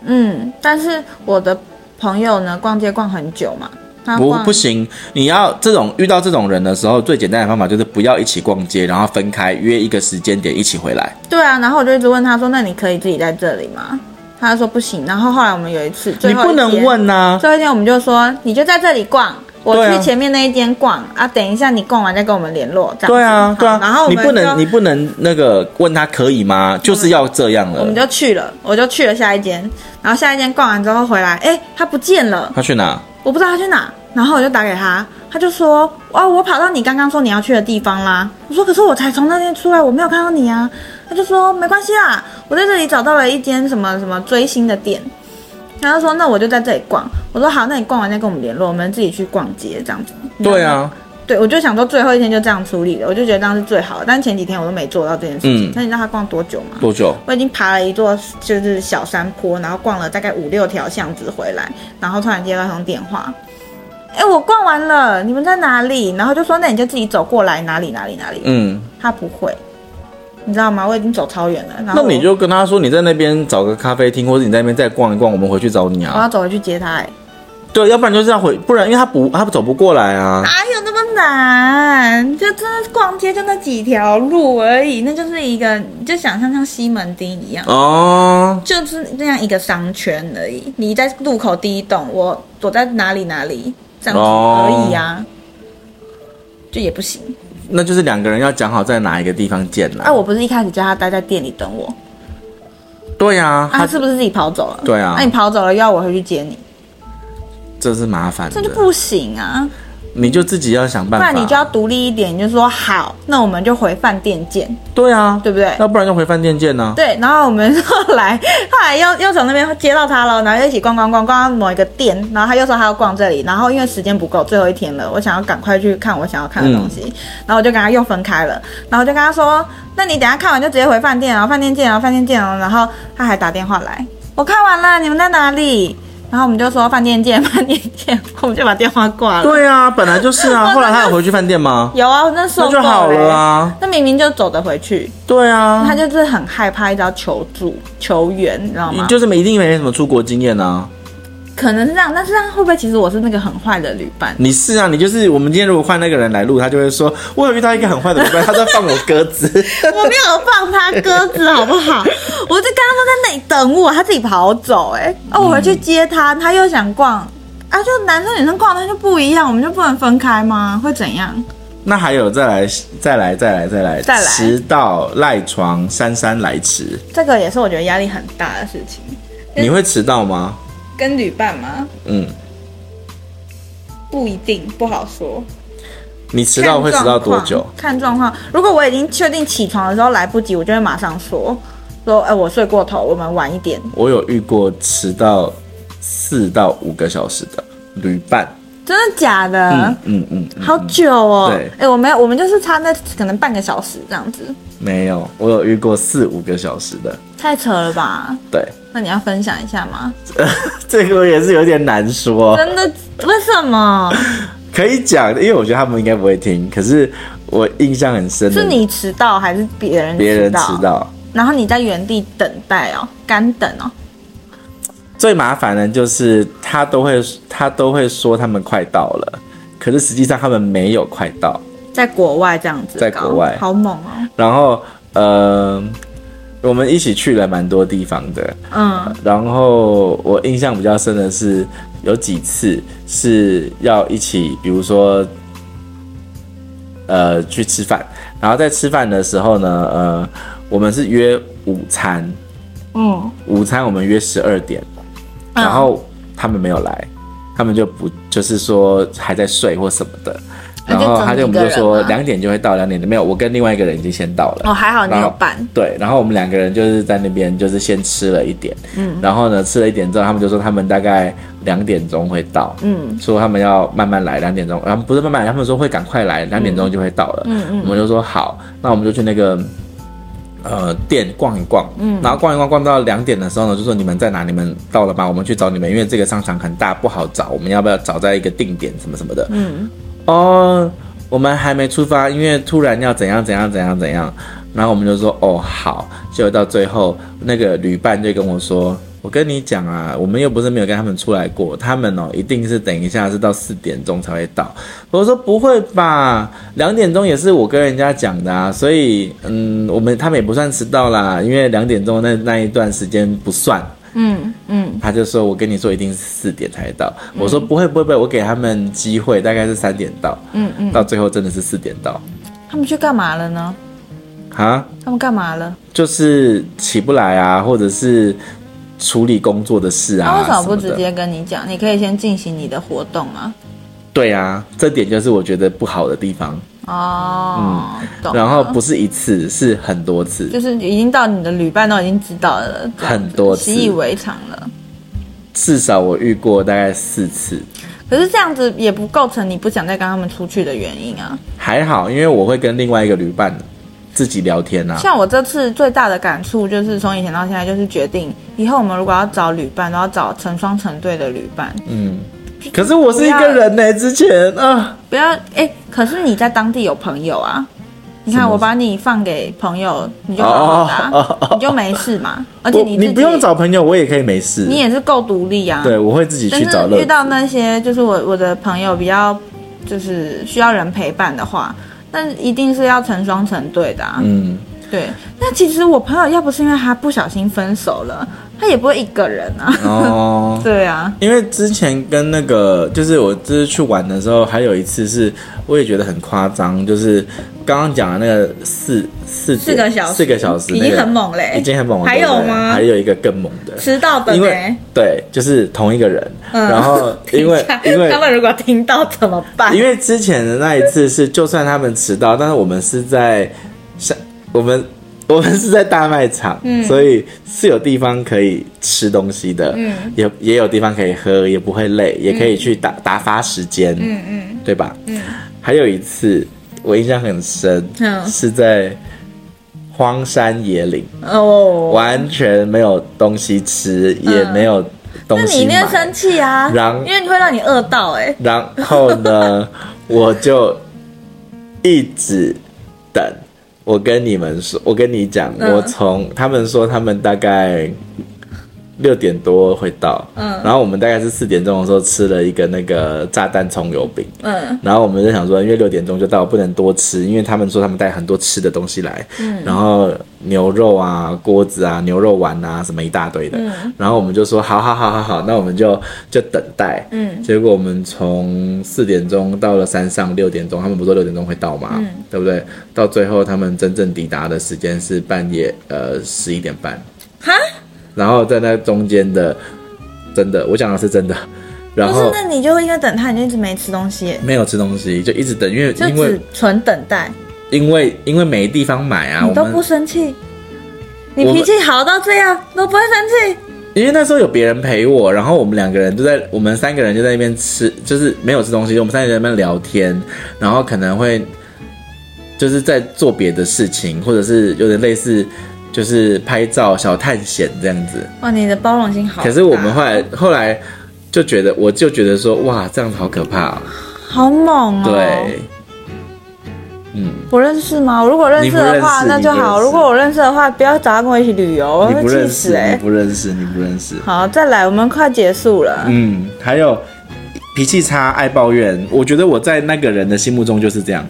Speaker 2: 嗯，但是我的朋友呢，逛街逛很久嘛，他
Speaker 1: 不
Speaker 2: 啊逛
Speaker 1: 不行，你要这种遇到这种人的时候，最简单的方法就是不要一起逛街，然后分开约一个时间点一起回来。
Speaker 2: 对啊，然后我就一直问他说：“那你可以自己在这里吗？”他就说不行。然后后来我们有一次，最
Speaker 1: 你
Speaker 2: 后一
Speaker 1: 不能
Speaker 2: 天，
Speaker 1: 问呐、啊，
Speaker 2: 最后一天我们就说：“你就在这里逛，我
Speaker 1: 对啊
Speaker 2: 去前面那一间逛啊等一下你逛完再跟我们联络。”这样子
Speaker 1: 对啊，对啊
Speaker 2: 好，然后我
Speaker 1: 你
Speaker 2: 们
Speaker 1: 不能
Speaker 2: 就
Speaker 1: 你不能那个问他可以吗？就是要这样
Speaker 2: 我
Speaker 1: 了
Speaker 2: 们。就去了，我就去了下一间，然后下一间逛完之后回来，哎、他不见了，
Speaker 1: 他去哪？
Speaker 2: 我不知道他去哪，然后我就打给他，他就说，哦，我跑到你刚刚说你要去的地方啦。我说，可是我才从那边出来，我没有看到你啊。他就说，没关系啦，我在这里找到了一间什么什么追星的店。然后他说，那我就在这里逛。我说好，那你逛完再跟我们联络，我们自己去逛街这样子。
Speaker 1: 对，啊，
Speaker 2: 对，我就想说最后一天就这样处理了，我就觉得这样是最好的。但前几天我都没做到这件事情。
Speaker 1: 嗯
Speaker 2: 那你知道他逛多久吗？
Speaker 1: 多久？
Speaker 2: 我已经爬了一座就是小山坡，然后逛了大概五六条巷子回来，然后突然接到一通电话，哎，我逛完了，你们在哪里？然后就说那你就自己走过来哪里哪里哪里。
Speaker 1: 嗯，
Speaker 2: 他不会，你知道吗？我已经走超远了。然
Speaker 1: 那
Speaker 2: 后
Speaker 1: 你就跟他说你在那边找个咖啡厅，或者你在那边再逛一逛，我们回去找你
Speaker 2: 我
Speaker 1: 啊。
Speaker 2: 要走回去接他、哎，
Speaker 1: 对，要不然就是要回，不然因为他不他走不过来啊。
Speaker 2: 哪有那么难？就真的逛街就那几条路而已，那就是一个，你就想象像西门町一样。
Speaker 1: 哦，
Speaker 2: 就是那样一个商圈而已。你在路口第一栋，我躲在哪里哪里这样子
Speaker 1: 哦
Speaker 2: 而已啊，就也不行。
Speaker 1: 那就是两个人要讲好在哪一个地方见啦、
Speaker 2: 哎、我不是一开始叫他待在店里等我，
Speaker 1: 对啊，
Speaker 2: 啊、
Speaker 1: 他
Speaker 2: 他是不是自己跑走了？
Speaker 1: 对啊
Speaker 2: 那、你跑走了，又要我回去接你，
Speaker 1: 这是麻烦
Speaker 2: 这就
Speaker 1: 的，
Speaker 2: 不行啊！
Speaker 1: 你就自己要想
Speaker 2: 不
Speaker 1: 办法。
Speaker 2: 然你就要独立一点，你就说好，那我们就回饭店见，
Speaker 1: 对啊，
Speaker 2: 对不对？
Speaker 1: 要不然就回饭店见啊呢、
Speaker 2: 对，然后我们后来后来又又从那边接到他了，然后又一起逛逛逛逛到某一个店，然后他又说他要逛这里，然后因为时间不够，最后一天了，我想要赶快去看我想要看的东西，然后我就跟他又分开了，然后我就跟他说，那你等一下看完就直接回饭店哦，然后饭店见哦，饭店见哦，然后他还打电话来，我看完了，你们在哪里？然后我们就说饭店见，饭店见，我们就把电话挂了。
Speaker 1: 对啊，本来就是 啊。
Speaker 2: 哇
Speaker 1: 后来他有回去饭店吗？
Speaker 2: 有啊，我那时候
Speaker 1: 那就好了啊。
Speaker 2: 那明明就走得回去，
Speaker 1: 对啊，
Speaker 2: 他就是很害怕，一直要求助、求援，你知道吗
Speaker 1: 你？就是没一定没什么出国经验啊。
Speaker 2: 可能是这样，但是这样会不会其实我是那个很坏的旅伴？
Speaker 1: 你是啊，你就是我们今天如果换那个人来录，他就会说，我有遇到一个很坏的伙伴，他在放我鸽 子。
Speaker 2: 我没有放他鸽子，好不好？我就刚刚都在那里等我，他自己跑走、欸，哎，哦，我回去接他，他又想逛，啊，就男生女生逛那就不一样，我们就不能分开吗？会怎样？
Speaker 1: 那还有再来再来再来再来，
Speaker 2: 再来
Speaker 1: 迟到赖床姗姗来迟，
Speaker 2: 这个也是我觉得压力很大的事情。
Speaker 1: 你会迟到吗？
Speaker 2: 跟旅伴吗？
Speaker 1: 嗯，
Speaker 2: 不一定，不好说。
Speaker 1: 你迟到会迟到多久？
Speaker 2: 看状况？看状况如果我已经确定起床的时候来不及，我就会马上说说，哎、我睡过头，我们晚一点。
Speaker 1: 我有遇过迟到四到五个小时的旅伴，
Speaker 2: 真的假的？
Speaker 1: 嗯嗯嗯，嗯
Speaker 2: 好久哦。
Speaker 1: 对
Speaker 2: 哎、我没有，我们就是差那可能半个小时这样子，
Speaker 1: 没有，我有遇过四五个小时的，
Speaker 2: 太扯了吧？
Speaker 1: 对，
Speaker 2: 那你要分享一下吗？
Speaker 1: 这个我也是有点难说，
Speaker 2: 真的？为什么？
Speaker 1: 嗯可以讲，因为我觉得他们应该不会听，可是我印象很深的，
Speaker 2: 是你迟到还是别人
Speaker 1: 别人迟到。
Speaker 2: 然后你在原地等待哦，干等哦。
Speaker 1: 最麻烦的就是他都会他都会说他们快到了，可是实际上他们没有快到。
Speaker 2: 在国外这样子搞，
Speaker 1: 在国外
Speaker 2: 好猛哦。
Speaker 1: 然后呃，我们一起去了蛮多地方的。
Speaker 2: 嗯，
Speaker 1: 然后我印象比较深的是有几次是要一起，比如说呃去吃饭，然后在吃饭的时候呢，呃，我们是约午餐，
Speaker 2: 嗯，
Speaker 1: 午餐我们约十二点，
Speaker 2: 嗯
Speaker 1: 然后他们没有来，他们就不就是说还在睡或什么的。
Speaker 2: 那
Speaker 1: 然
Speaker 2: 就
Speaker 1: 后
Speaker 2: 整
Speaker 1: 他就我们
Speaker 2: 一个
Speaker 1: 就
Speaker 2: 人
Speaker 1: 说
Speaker 2: 吗
Speaker 1: 两点就会到，两点没有，我跟另外一个人已经先到了。
Speaker 2: 哦，还好你
Speaker 1: 然
Speaker 2: 有
Speaker 1: 后
Speaker 2: 办，
Speaker 1: 对，然后我们两个人就是在那边，就是先吃了一点，嗯，然后呢吃了一点之后，他们就说他们大概两点钟会到，
Speaker 2: 嗯，
Speaker 1: 说他们要慢慢来，两点钟，然后不是慢慢来，他们说会赶快来，两点钟就会到了，嗯嗯，我们就说好，那我们就去那个。呃，店逛一逛，嗯，然后逛一逛，逛到两点的时候呢，就说你们在哪？你们到了吗？我们去找你们，因为这个商场很大，不好找，我们要不要找在一个定点什么什么的？
Speaker 2: 嗯，
Speaker 1: 哦，我们还没出发，因为突然要怎样怎样怎样怎样，然后我们就说哦好，结果到最后那个旅伴就跟我说，我跟你讲啊，我们又不是没有跟他们出来过，他们哦一定是等一下是到四点钟才会到。我说不会吧，两点钟也是我跟人家讲的啊，所以嗯，我们他们也不算迟到啦，因为两点钟那那一段时间不算。
Speaker 2: 嗯嗯，
Speaker 1: 他就说：“我跟你说，一定是四点才到。我说：“不会，不会，不会，我给他们机会，大概是三点到。”
Speaker 2: 嗯
Speaker 1: 嗯，到最后真的是四点到
Speaker 2: 他们去干嘛了呢？
Speaker 1: 啊，
Speaker 2: 他们干嘛了？
Speaker 1: 就是起不来啊，或者是处理工作的事
Speaker 2: 他
Speaker 1: 啊，
Speaker 2: 为什么不
Speaker 1: 什的
Speaker 2: 直？接跟你讲？你可以先进行你的活动啊。
Speaker 1: 对啊，这点就是我觉得不好的地方。
Speaker 2: 哦，懂了。
Speaker 1: 然后不是一次，是很多次，
Speaker 2: 就是已经到你的旅伴都已经知道了，这样子
Speaker 1: 很多次
Speaker 2: 习以为常了。
Speaker 1: 至少我遇过大概四次。
Speaker 2: 可是这样子也不构成你不想再跟他们出去的原因啊。
Speaker 1: 还好，因为我会跟另外一个旅伴自己聊天啊。
Speaker 2: 像我这次最大的感触就是，从以前到现在，就是决定以后我们如果要找旅伴，都要找成双成对的旅伴，
Speaker 1: 嗯，可是我是一个人呢、之前啊。
Speaker 2: 不要哎、可是你在当地有朋友啊，你看
Speaker 1: 什么
Speaker 2: 我把你放给朋友，你就好好的啊、
Speaker 1: 哦哦哦哦
Speaker 2: 你就没事嘛。而且
Speaker 1: 我
Speaker 2: 你自
Speaker 1: 你
Speaker 2: 己
Speaker 1: 不用，找朋友，我也可以没事。
Speaker 2: 你也是够独立啊。
Speaker 1: 对，我会自己
Speaker 2: 但
Speaker 1: 去找
Speaker 2: 是
Speaker 1: 乐
Speaker 2: 遇
Speaker 1: 子。
Speaker 2: 到那些就是我我的朋友比较就是需要人陪伴的话，那一定是要成双成对的啊。
Speaker 1: 嗯，
Speaker 2: 对，那其实我朋友要不是因为他不小心分手了，他也不会一个人啊。，
Speaker 1: 哦
Speaker 2: 对啊，
Speaker 1: 因为之前跟那个，就是我这次去玩的时候，还有一次是，我也觉得很夸张，就是刚刚讲的那个四四点
Speaker 2: 四个小时，
Speaker 1: 四个小时、
Speaker 2: 已
Speaker 1: 那
Speaker 2: 经
Speaker 1: 个
Speaker 2: 很，猛嘞、
Speaker 1: 已经很猛了。
Speaker 2: 还
Speaker 1: 对不
Speaker 2: 有
Speaker 1: 对
Speaker 2: 吗
Speaker 1: 还有一个更猛的，
Speaker 2: 迟到的
Speaker 1: 因
Speaker 2: 呢、
Speaker 1: 为对，就是同一个人，
Speaker 2: 嗯
Speaker 1: 然后因为
Speaker 2: 等一下
Speaker 1: 因为
Speaker 2: 他们如果听到怎么办？
Speaker 1: 因为之前的那一次是，就算他们迟到，但是我们是在像我们 我们是在大卖场，所以是有地方可以吃东西的，嗯，也也有地方可以喝，也不会累，也可以去打、打发时间，嗯嗯，对吧？嗯，还有一次我印象很深，
Speaker 2: 嗯
Speaker 1: 是在荒山野岭，
Speaker 2: 哦，
Speaker 1: 完全没有东西吃，也没有东
Speaker 2: 那你
Speaker 1: 西
Speaker 2: 一定
Speaker 1: 买
Speaker 2: 会，生气啊，
Speaker 1: 然
Speaker 2: 因为你会让你饿到哎、
Speaker 1: 然后呢，我就一直等。我跟你们说，我跟你讲，
Speaker 2: 嗯
Speaker 1: 我从他们说他们大概六点多会到，嗯，然后我们大概是四点钟的时候吃了一个那个炸弹葱油饼，嗯，然后我们就想说，因为六点钟就到，不能多吃，因为他们说他们带很多吃的东西来，嗯，然后牛肉啊、锅子啊、牛肉丸啊，什么一大堆的，
Speaker 2: 嗯
Speaker 1: 然后我们就说，好好好好好，那我们就就等待，嗯，结果我们从四点钟到了山上六点钟，他们不是说六点钟会到吗？
Speaker 2: 嗯
Speaker 1: 对不对？到最后他们真正抵达的时间是半夜呃十一点半。
Speaker 2: 哈，
Speaker 1: 然后在那中间的，真的，我讲的是真的，然
Speaker 2: 不是
Speaker 1: 后，
Speaker 2: 那你就会因为等他，你就一直没吃东西耶，
Speaker 1: 没有吃东西，就一直等，因为
Speaker 2: 就
Speaker 1: 因为
Speaker 2: 只纯等待，
Speaker 1: 因为因为没地方买啊，
Speaker 2: 你
Speaker 1: 我
Speaker 2: 都不
Speaker 1: 们
Speaker 2: 生气，你
Speaker 1: 我们
Speaker 2: 脾气好到这样都不会生气，
Speaker 1: 因为那时候有别人陪我，然后我们两个人就在我们三个人就在那边吃，就是没有吃东西，我们三个人在那边聊天，然后可能会就是在做别的事情，或者是有点类似就是拍照小探险这样子。
Speaker 2: 哇，你的包容心好大，哦
Speaker 1: 可是我们后来后来就觉得，我就觉得说，哇，这样子好可怕、哦，
Speaker 2: 好猛哦，
Speaker 1: 对。嗯，
Speaker 2: 不认识吗？如果认识的话，
Speaker 1: 你不认识
Speaker 2: 那就
Speaker 1: 你不认
Speaker 2: 好；
Speaker 1: 识
Speaker 2: 如果我认识的话，不要找他跟我一起旅游，我
Speaker 1: 你
Speaker 2: 会
Speaker 1: 不
Speaker 2: 气
Speaker 1: 认
Speaker 2: 死
Speaker 1: 识，
Speaker 2: 哎、
Speaker 1: 你不认识，你不认识。
Speaker 2: 好，再来，我们快结束了。
Speaker 1: 嗯，还有脾气差、爱抱怨，我觉得我在那个人的心目中就是这样，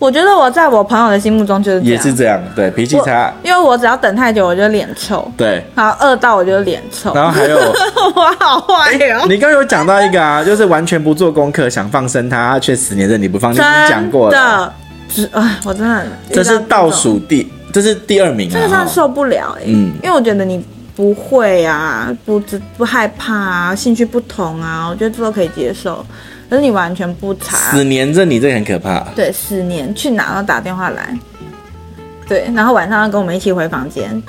Speaker 2: 我觉得我在我朋友的心目中就是这
Speaker 1: 也
Speaker 2: 样，
Speaker 1: 是这样，对，脾气差，
Speaker 2: 因为我只要等太久，我就脸臭，
Speaker 1: 对。
Speaker 2: 然后饿到我就脸臭。
Speaker 1: 然后哎还有，
Speaker 2: 我好坏哦，
Speaker 1: 你刚刚有讲到一个啊，就是完全不做功课，想放生他，他却死黏着你不放，你已经讲
Speaker 2: 真
Speaker 1: 过了。
Speaker 2: 的，只哎，我真的遇到
Speaker 1: 这是
Speaker 2: 种
Speaker 1: 倒，数第，这是第二名
Speaker 2: 这个真
Speaker 1: 啊
Speaker 2: 的。受不了哎、
Speaker 1: 嗯
Speaker 2: 因为我觉得你不会啊，不知不害怕啊，兴趣不同啊，我觉得这都可以接受，可是你完全不查，
Speaker 1: 死黏着你，这个很可怕。
Speaker 2: 对，四年去哪都打电话来，对，然后晚上要跟我们一起回房间，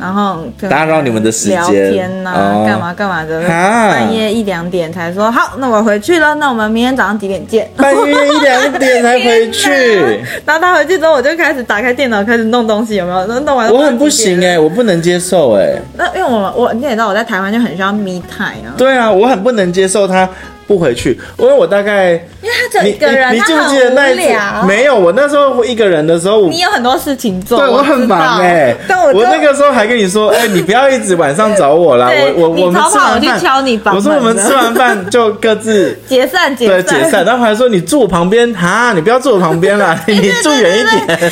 Speaker 2: 然后跟
Speaker 1: 打扰你们的时间
Speaker 2: 聊天呐、
Speaker 1: 哦
Speaker 2: 干嘛干嘛的，
Speaker 1: 哈
Speaker 2: 半夜一两点才说好，那我回去了，那我们明天早上几点见？
Speaker 1: 半夜一两点才回
Speaker 2: 天
Speaker 1: 去
Speaker 2: 哪， 然后他回去之后，我就开始打开电脑开始弄东西，有没有？弄完
Speaker 1: 我很不行哎、
Speaker 2: 哎、
Speaker 1: 我不能接受哎、
Speaker 2: 那因为我我你也知道我在台湾就很需要 me time 啊，
Speaker 1: 对啊，我很不能接受他不回去，因为我大概
Speaker 2: 因为他只
Speaker 1: 你
Speaker 2: 有一个人，
Speaker 1: 你你
Speaker 2: 他
Speaker 1: 记不
Speaker 2: 很
Speaker 1: 记得那
Speaker 2: 无
Speaker 1: 一次？
Speaker 2: 聊。
Speaker 1: 没有，我那时候一个人的时候，我
Speaker 2: 你有很多事情做，
Speaker 1: 对
Speaker 2: 我
Speaker 1: 很
Speaker 2: 知道
Speaker 1: 忙哎、
Speaker 2: 但我
Speaker 1: 我
Speaker 2: 就
Speaker 1: 那个时候还跟你说，哎、你不要一直晚上找我啦，
Speaker 2: 对
Speaker 1: 我我
Speaker 2: 你
Speaker 1: 我们
Speaker 2: 逃
Speaker 1: 吃
Speaker 2: 跑
Speaker 1: 完
Speaker 2: 去
Speaker 1: 饭，
Speaker 2: 敲你房
Speaker 1: 我说我们
Speaker 2: 门的
Speaker 1: 吃完饭就各自
Speaker 2: 解散 解
Speaker 1: 对
Speaker 2: 散
Speaker 1: 解 散，然后还说你住我旁边哈，你不要住我旁边啦，你住远一点，
Speaker 2: 对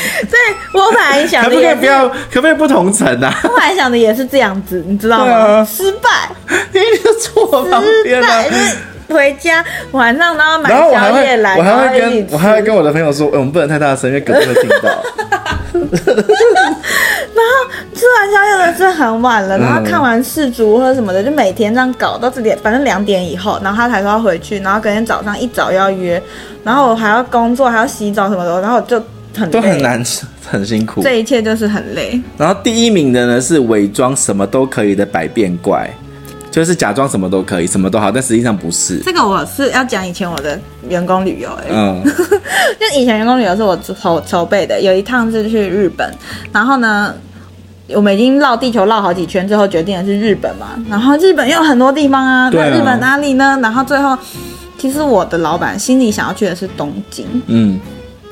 Speaker 2: 我本来想
Speaker 1: 可
Speaker 2: 的
Speaker 1: 不可
Speaker 2: 也
Speaker 1: 以不
Speaker 2: 是，
Speaker 1: 要，可不可以不同层啊？
Speaker 2: 我本来想的也是这样子，你知道
Speaker 1: 对
Speaker 2: 吗？
Speaker 1: 啊
Speaker 2: 失败，
Speaker 1: 因为你就住我旁
Speaker 2: 失
Speaker 1: 边啦、
Speaker 2: 败，就是回家晚上都要买
Speaker 1: 然后我还
Speaker 2: 宵夜
Speaker 1: 会，
Speaker 2: 来，
Speaker 1: 我还
Speaker 2: 然后
Speaker 1: 会
Speaker 2: 一起
Speaker 1: 跟
Speaker 2: 吃
Speaker 1: 我还会跟我的朋友说，哎我们不能太大声，因为隔壁会听到。
Speaker 2: 吃完宵夜的是很晚
Speaker 1: 嗯
Speaker 2: 了，然后看完世足或者什么的，就每天这样搞到这点，反正两点以后，然后他才说要回去，然后隔天早上一早又要约，然后我还要工作，还要洗澡什么的，然后我就很
Speaker 1: 都很
Speaker 2: 累，
Speaker 1: 难，很辛苦。
Speaker 2: 这一切就是很累。
Speaker 1: 然后第一名的呢是伪装什么都可以的百变怪，就是假装什么都可以，什么都好，但实际上不 是。
Speaker 2: 这个我是要讲以前我的员工旅游、哎、
Speaker 1: 嗯，
Speaker 2: 就以前员工旅游是我筹筹备的，有一趟是去日本，然后呢，我们已经绕地球绕好几圈，最后决定的是日本嘛。然后日本又有很多地方啊，
Speaker 1: 对
Speaker 2: 那
Speaker 1: 啊
Speaker 2: 日本哪里呢？然后最后，其实我的老板心里想要去的是东京，
Speaker 1: 嗯，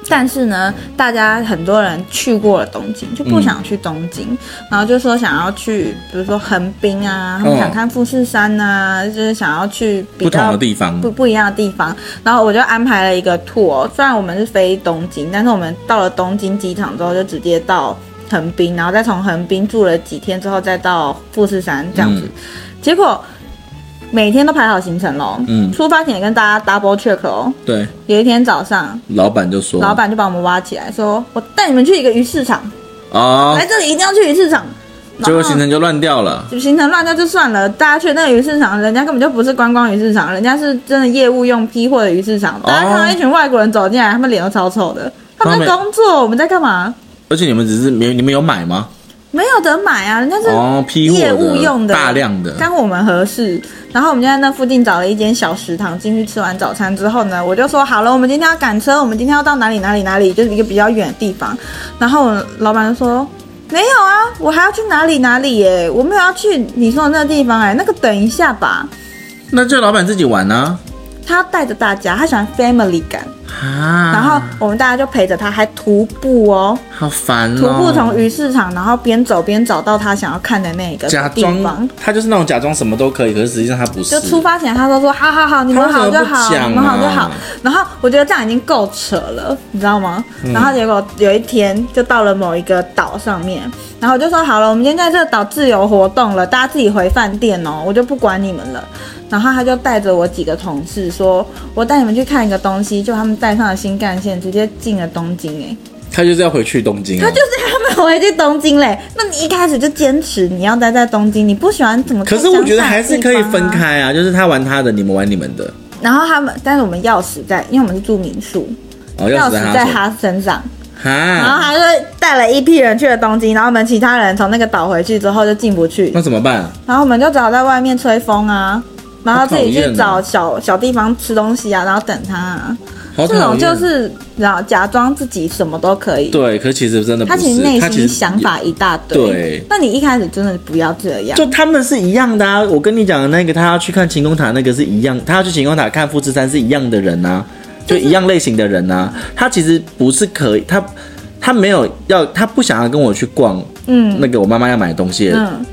Speaker 2: 但是呢，大家很多人去过了东京，就不想去东京，然后就说想要去，比如说横滨啊，他们
Speaker 1: 嗯
Speaker 2: 想看富士山啊，就是想要去比
Speaker 1: 不同
Speaker 2: 较
Speaker 1: 的地方
Speaker 2: 不不一样的地方。然后我就安排了一个 tour，虽然我们是飞东京，但是我们到了东京机场之后就直接到横滨，然后再从横滨住了几天之后再到富士山这样子。
Speaker 1: 嗯
Speaker 2: 结果每天都排好行程喽，
Speaker 1: 嗯
Speaker 2: 出发前也跟大家 double check 哦。
Speaker 1: 对，
Speaker 2: 有一天早上，
Speaker 1: 老板就说，
Speaker 2: 老板就把我们挖起来，说：“我带你们去一个鱼市场，
Speaker 1: 哦
Speaker 2: 来，这里一定要去鱼市场。”
Speaker 1: 结果
Speaker 2: 然后
Speaker 1: 行程就乱掉了。
Speaker 2: 就行程乱掉就算了，大家去那个鱼市场，人家根本就不是观光鱼市场，人家是真的业务用批货的鱼市场。大家看到一群外国人走进来，他们脸都超臭的，哦他们在
Speaker 1: 他们
Speaker 2: 工作，我们在干嘛？
Speaker 1: 而且你们只是没有你们有买吗？
Speaker 2: 没有得买啊，人家是
Speaker 1: 哦，批货
Speaker 2: 业务用的
Speaker 1: 大量的，
Speaker 2: 刚我们合适，然后我们就在那附近找了一间小食堂，进去吃完早餐之后呢，我就说好了，我们今天要赶车，我们今天要到哪里哪里哪里，就是一个比较远的地方。然后我老板就说没有啊，我还要去哪里哪里耶，我没有要去你说的那个地方哎，那个等一下吧。
Speaker 1: 那就老板自己玩啊。
Speaker 2: 他要带着大家，他喜欢 family 感，
Speaker 1: 啊，
Speaker 2: 然后我们大家就陪着他，还徒步哦，
Speaker 1: 好烦
Speaker 2: 徒
Speaker 1: 哦！
Speaker 2: 步从鱼市场，然后边走边找到他想要看的那个
Speaker 1: 假
Speaker 2: 地
Speaker 1: 装
Speaker 2: 方。，
Speaker 1: 他就是那种假装什么都可以，可是实际上他不是。
Speaker 2: 就出发前，他都说好好好，你们好就
Speaker 1: 他为什么
Speaker 2: 好，
Speaker 1: 不讲啊
Speaker 2: 你们好就好。然后我觉得这样已经够扯了，你知道吗？
Speaker 1: 嗯
Speaker 2: 然后结果有一天就到了某一个岛上面，然后我就说好了，我们今天在这个岛自由活动了，大家自己回饭店哦，我就不管你们了。然后他就带着我几个同事说，我带你们去看一个东西，就他们带上了新干线，直接进了东京、哎，
Speaker 1: 他就是要回去东京、啊。
Speaker 2: 他就是他们回去东京嘞。那你一开始就坚持你要待在东京，你不喜欢怎么、
Speaker 1: 可是我觉
Speaker 2: 啊
Speaker 1: 得还是可以分。开啊，就是他玩他的，你们玩你们的。
Speaker 2: 然后他们，但是我们钥匙在，因为我们是住民宿，
Speaker 1: 哦，钥
Speaker 2: 钥
Speaker 1: 匙
Speaker 2: 匙
Speaker 1: 他
Speaker 2: 在
Speaker 1: 手
Speaker 2: 他身上。然后
Speaker 1: 哈，
Speaker 2: 他就带了一批人去了东京，然后我们其他人从那个岛回去之后就进不去，
Speaker 1: 那怎么办？
Speaker 2: 然后我们就只好在外面吹风啊，然后自己
Speaker 1: 好讨厌哦
Speaker 2: 去找小小地方吃东西啊，然后等他啊。
Speaker 1: 好讨
Speaker 2: 这
Speaker 1: 厌
Speaker 2: 种就是然后假装自己什么都可以，
Speaker 1: 对，可是其实真的不
Speaker 2: 他
Speaker 1: 是，
Speaker 2: 其实内
Speaker 1: 他
Speaker 2: 心
Speaker 1: 其实
Speaker 2: 想法一大堆。
Speaker 1: 对
Speaker 2: 那你一开始真的不要这样。
Speaker 1: 就他们是一样的啊。我跟你讲的那个，他要去看晴空塔，那个是一样，他要去晴空塔看富士山是一样的人呐、就一样类型的人呐、啊他其实不是可以，他他没有要，他不想要跟我去逛
Speaker 2: 嗯
Speaker 1: 那个我妈妈要买的东西的
Speaker 2: 嗯，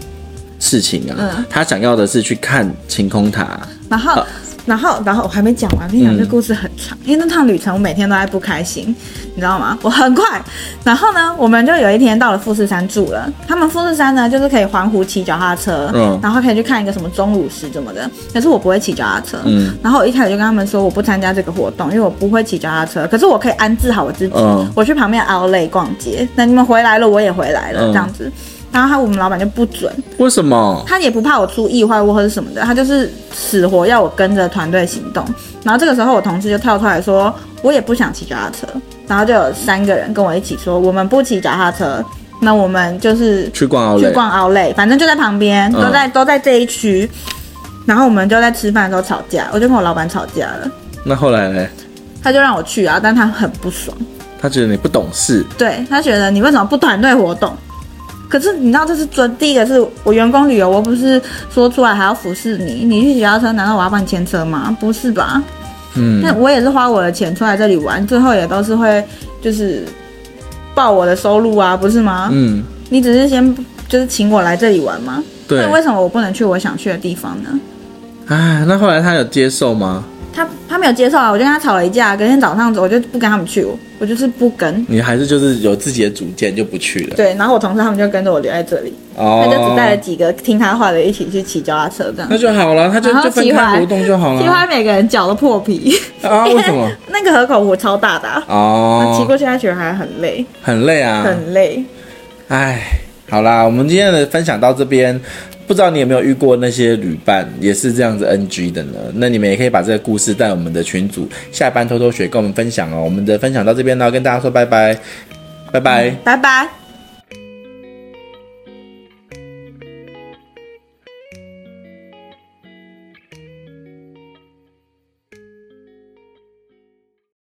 Speaker 1: 事情啊。
Speaker 2: 嗯
Speaker 1: 他想要的是去看晴空塔。
Speaker 2: 然后
Speaker 1: 好，
Speaker 2: 然后，然后我还没讲完，我跟你讲
Speaker 1: 嗯
Speaker 2: 这故事很长，因为那趟旅程我每天都在不开心，你知道吗？我很快，然后呢，我们就有一天到了富士山住了。他们富士山呢，就是可以环湖骑脚踏车，
Speaker 1: 嗯
Speaker 2: 然后可以去看一个什么钟乳石怎么的。可是我不会骑脚踏车，
Speaker 1: 嗯
Speaker 2: 然后我一开始就跟他们说我不参加这个活动，因为我不会骑脚踏车，可是我可以安置好我自己，
Speaker 1: 嗯
Speaker 2: 我去旁边 Outlet 逛街。那你们回来了，我也回来了，
Speaker 1: 嗯
Speaker 2: 这样子。然后他我们老板就不准，
Speaker 1: 为什么？
Speaker 2: 他也不怕我出意外或者是什么的，他就是死活要我跟着团队行动。然后这个时候，我同事就跳出来说，我也不想骑脚踏车。然后就有三个人跟我一起说，我们不骑脚踏车，那我们就是
Speaker 1: 去逛奥
Speaker 2: 去
Speaker 1: 莱？
Speaker 2: 逛奥莱，反正就在旁边，
Speaker 1: 嗯
Speaker 2: 都在、都在这一区。然后我们就在吃饭的时候吵架，我就跟我老板吵架了，
Speaker 1: 那后来嘞？
Speaker 2: 他就让我去啊，但他很不爽。
Speaker 1: 他觉得你不懂事，
Speaker 2: 对他觉得你为什么不团队活动？可是你知道这是尊，第一个是我员工旅游，我不是说出来还要服侍你，你去骑脚踏车，难道我要帮你牵车吗？不是吧？
Speaker 1: 嗯，
Speaker 2: 那我也是花我的钱出来这里玩，最后也都是会就是报我的收入啊，不是吗？
Speaker 1: 嗯，
Speaker 2: 你只是先就是请我来这里玩吗？
Speaker 1: 对
Speaker 2: 那。为什么我不能去我想去的地方呢？
Speaker 1: 哎，那后来他有接受吗？
Speaker 2: 他他没有接受啊，我就跟他吵了一架，隔天早上我就不跟他们去，我我就是不跟。
Speaker 1: 你还是就是有自己的主见就不去了？
Speaker 2: 对，然后我同事他们就跟着我留在这里。
Speaker 1: 哦，
Speaker 2: 他就只带了几个听他话的一起去骑脚踏车这样
Speaker 1: 那。就好了，他就
Speaker 2: 然后
Speaker 1: 就分
Speaker 2: 骑回来
Speaker 1: 开活动就好
Speaker 2: 骑回来
Speaker 1: 了。
Speaker 2: 每个人脚都破皮，
Speaker 1: 啊？为什么？
Speaker 2: 那个河口湖超大 的、啊，
Speaker 1: 哦，
Speaker 2: 骑、过去他觉得还很累，
Speaker 1: 很累啊，
Speaker 2: 很累。
Speaker 1: 唉，好啦，我们今天的分享到这边。不知道你有没有遇过那些旅伴也是这样子 NG 的呢？那你们也可以把这个故事带我们的群组下班偷偷学跟我们分享哦。我们的分享到这边呢，跟大家说拜拜，拜拜。
Speaker 2: 拜拜。